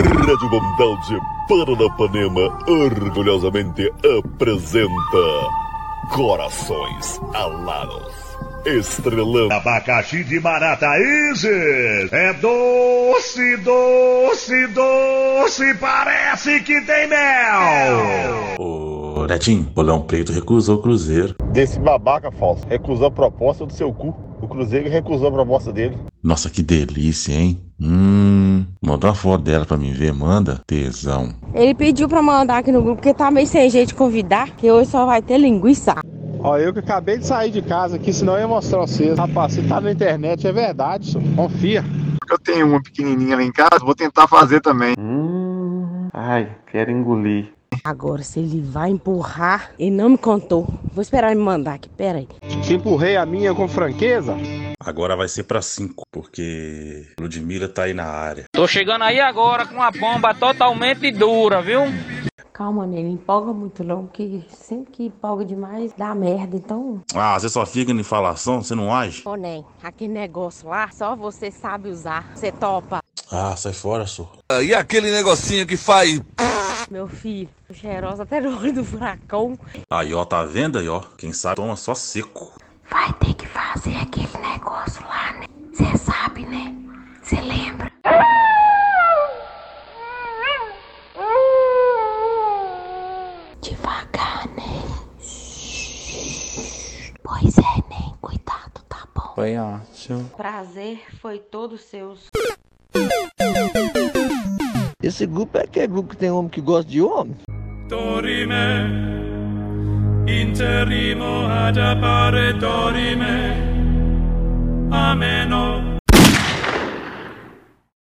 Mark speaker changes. Speaker 1: Rádio Bandalde Paranapanema orgulhosamente apresenta Corações Alados. Estrelando
Speaker 2: Abacaxi de Marataízes é doce, doce, doce, parece que tem mel.
Speaker 3: Ô, Netinho, Bolão Preto recusou o Cruzeiro.
Speaker 4: Desse babaca falso. Recusou a proposta do seu cu. O Cruzeiro recusou a proposta dele.
Speaker 3: Nossa, que delícia, hein? Hum, manda uma foto dela pra mim ver, manda. Tesão.
Speaker 5: Ele pediu pra mandar aqui no grupo, porque tá meio sem jeito de convidar, que hoje só vai ter linguiça.
Speaker 4: Ó, eu que acabei de sair de casa aqui, senão eu ia mostrar vocês. Rapaz, se tá na internet, é verdade, senhor. confia.
Speaker 6: Eu tenho uma pequenininha lá em casa, vou tentar fazer também.
Speaker 7: Hum, ai, quero engolir.
Speaker 5: Agora, se ele vai empurrar, ele não me contou. Vou esperar ele me mandar aqui, pera aí.
Speaker 4: Se empurrei a minha com franqueza,
Speaker 3: Agora vai ser pra 5, porque Ludmilla tá aí na área.
Speaker 8: Tô chegando aí agora com uma bomba totalmente dura, viu?
Speaker 9: Calma, nele, empolga muito não, porque sempre que empolga demais dá merda, então.
Speaker 3: Ah, você só fica em falação, você não age?
Speaker 5: Ô, Nen, aquele negócio lá, só você sabe usar. Você topa.
Speaker 3: Ah, sai fora, surra.
Speaker 10: E aquele negocinho que faz.
Speaker 5: Meu filho, cheirosa até no olho do furacão.
Speaker 3: Aí, ó, tá vendo aí, ó? Quem sabe toma só seco.
Speaker 9: Vai ter que fazer aquele negócio lá, né? Você sabe, né? Você lembra? Devagar, né? Pois é, né? Cuidado, tá bom?
Speaker 7: Foi ótimo.
Speaker 9: Prazer foi todo seu.
Speaker 11: Esse grupo é que é grupo que tem homem que gosta de homem?
Speaker 12: Dorime, interimo ad appare dorime. Amen.